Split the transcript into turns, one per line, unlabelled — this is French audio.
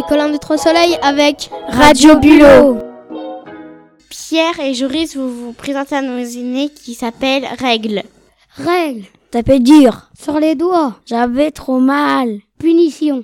Colin de Trois Soleils avec
Radio Bulot.
Pierre et Joris, vous vous présentez à nos innés qui s'appelle Règle.
Règle. Tapez dur.
Sur les doigts.
J'avais trop mal.
Punition.